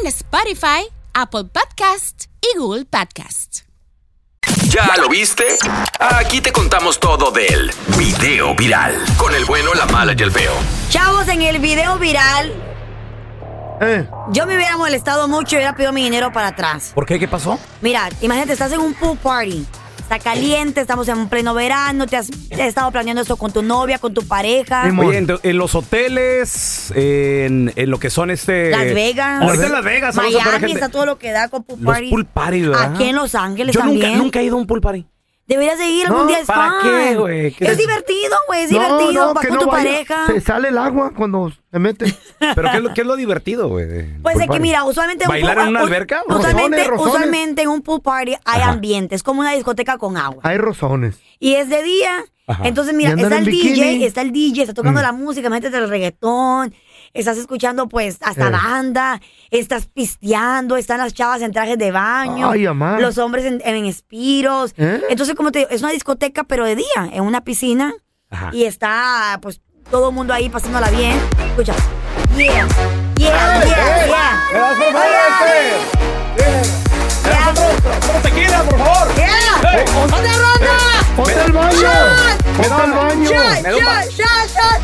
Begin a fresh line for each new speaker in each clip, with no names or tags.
en Spotify, Apple Podcast y Google Podcast.
¿Ya lo viste? Aquí te contamos todo del video viral. Con el bueno, la mala y el feo.
Chavos, en el video viral, yo me hubiera molestado mucho y hubiera pedido mi dinero para atrás.
Eh. ¿Por qué? ¿Qué pasó?
Mira, imagínate, estás en un pool party. Está caliente, estamos en pleno verano, te has
Eh.
estado planeando esto con tu novia, con tu pareja.
Oye, en, en los hoteles, en, en lo que son este...
Las Vegas.
Ahorita en Las Vegas. vamos a poner
Miami
gente-
está todo lo que da con pool
Los
party.
pool party, ¿verdad?
Aquí en Los Ángeles
Yo nunca,
también.
nunca he ido a un pool party.
Deberías de ir algún
No,
día, es
¿para
fun.
qué, güey? ¿Qué
Es
es-
divertido, güey, es
No,
divertido.
no,
vas
que
con
no
tu
vaya.
pareja.
Se sale el agua cuando se mete.
¿Pero qué es lo, qué es lo divertido, güey? de
Pues es
pool
que
party?
mira, usualmente...
¿Bailar
pool-
en una
u-
alberca?
Usualmente,
Rozones, rozones.
usualmente en un pool party hay ambiente, es como una discoteca con agua.
Hay rozones.
Y es de día,
Ajá.
entonces mira,
Y andan
está el
en
DJ,
bikini.
está el DJ, está tocando
Mm.
la música, métete el reggaetón, estás escuchando pues hasta
Eh.
banda, estás pisteando, están las chavas en trajes de baño,
Ay, amá.
los hombres en, en espiros.
¿Eh?
Entonces, como te digo, es una discoteca, pero de día, en una piscina,
Ajá.
y está pues todo el mundo ahí pasándola bien. Escucha, yeah, yeah, yeah, yeah.
¡Eh!
¡Yeah! ¡Otra ronda!
¡Ponte al baño! ¡Ponte al baño!
¡Ya,
Me da
ya,
un pa-
ya, ya,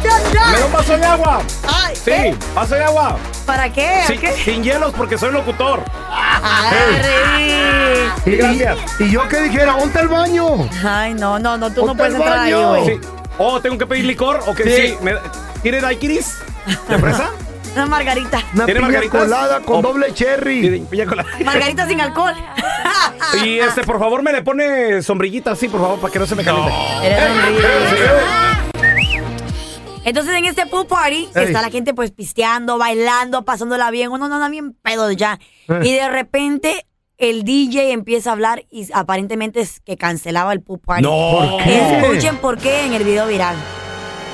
ya, ya!
¿Me lo paso de agua?
Ay,
Sí,
¿eh?
paso de agua.
¿Para qué? ¿O
Sin-
qué?
sin hielos porque soy locutor.
Arre.
Y,
Gracias.
y- y yo que dijera, ¡ponte al baño!
Ay, no, no, no, tú no
Ponte
puedes
al
entrar ahí,
baño.
güey.
Sí. Oh, tengo que pedir licor. Ok,
Sí.
sí. me- ¿Tiene daiquiris? ¿De fresa?
Una margarita.
Una
¿Tiene
piña
margaritas?
colada con
Oh.
doble cherry.
¿Tiene piña colada?
Margarita sin alcohol.
Y este, por favor, me le pone sombrillita así, por favor, para que no se me caliente. Eh,
Eres horrible. Entonces en este pool party
Ey.
está la gente pues pisteando, bailando, pasándola bien, uno no anda bien pedo ya.
Eh.
Y de repente el DJ empieza a hablar y aparentemente es que cancelaba el pool party.
¿Por
qué?
Escuchen por qué en el video viral.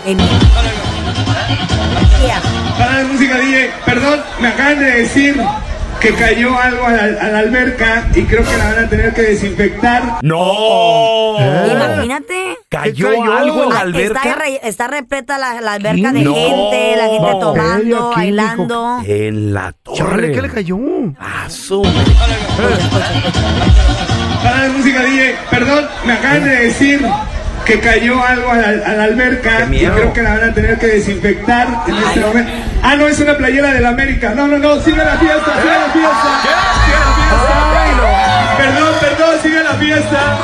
En- Yeah.
Para la música, DJ. Perdón, me acaban de decir que cayó algo a la, a la alberca y creo que la van a tener que desinfectar.
¡No!
Imagínate.
¿Cayó,
¿Eh? ¿Qué cayó?
algo en la
Ah, Está,
alberca?
re- está repleta la, la alberca de
No.
gente, la gente
Bacteria,
tomando,
químico.
bailando.
En la
Chorre,
torre.
¿qué le cayó?
Ah, su-
Para la música, DJ. Perdón, me acaban de decir que cayó algo a la, a la
Qué
alberca y
miedo.
creo que la van a tener que desinfectar en este momento. Ah, no, es una playera del América. No, no, no, sigue la fiesta, sigue la fiesta. Sigue la fiesta. Perdón, perdón, sigue la fiesta.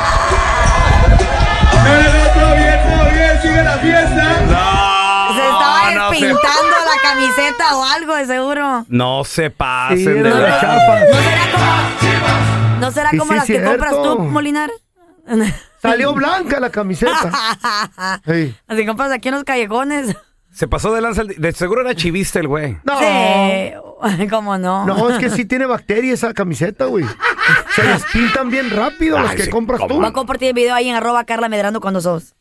No, no, no, todo bien, todo bien, sigue la fiesta.
Se estaba
Ah, No, no se-
despintando la camiseta o algo, de seguro.
No se pasen
Sí,
de
era
la
la chapa.
¿No será como, no será
Y
como
sí,
las que
cierto.
compras tú, Molinar?
Salió blanca la camiseta. Ey.
Las que compras aquí en los callejones.
Se pasó de lanza. el- De seguro era chivista el güey.
No.
Sí. ¿Cómo no?
No, es que sí tiene bacteria esa camiseta, güey. Se las pintan bien rápido las
Ay,
que
sí,
compras
cómo
tú.
Va a compartir el video ahí en arroba Carla Medrano con nosotros.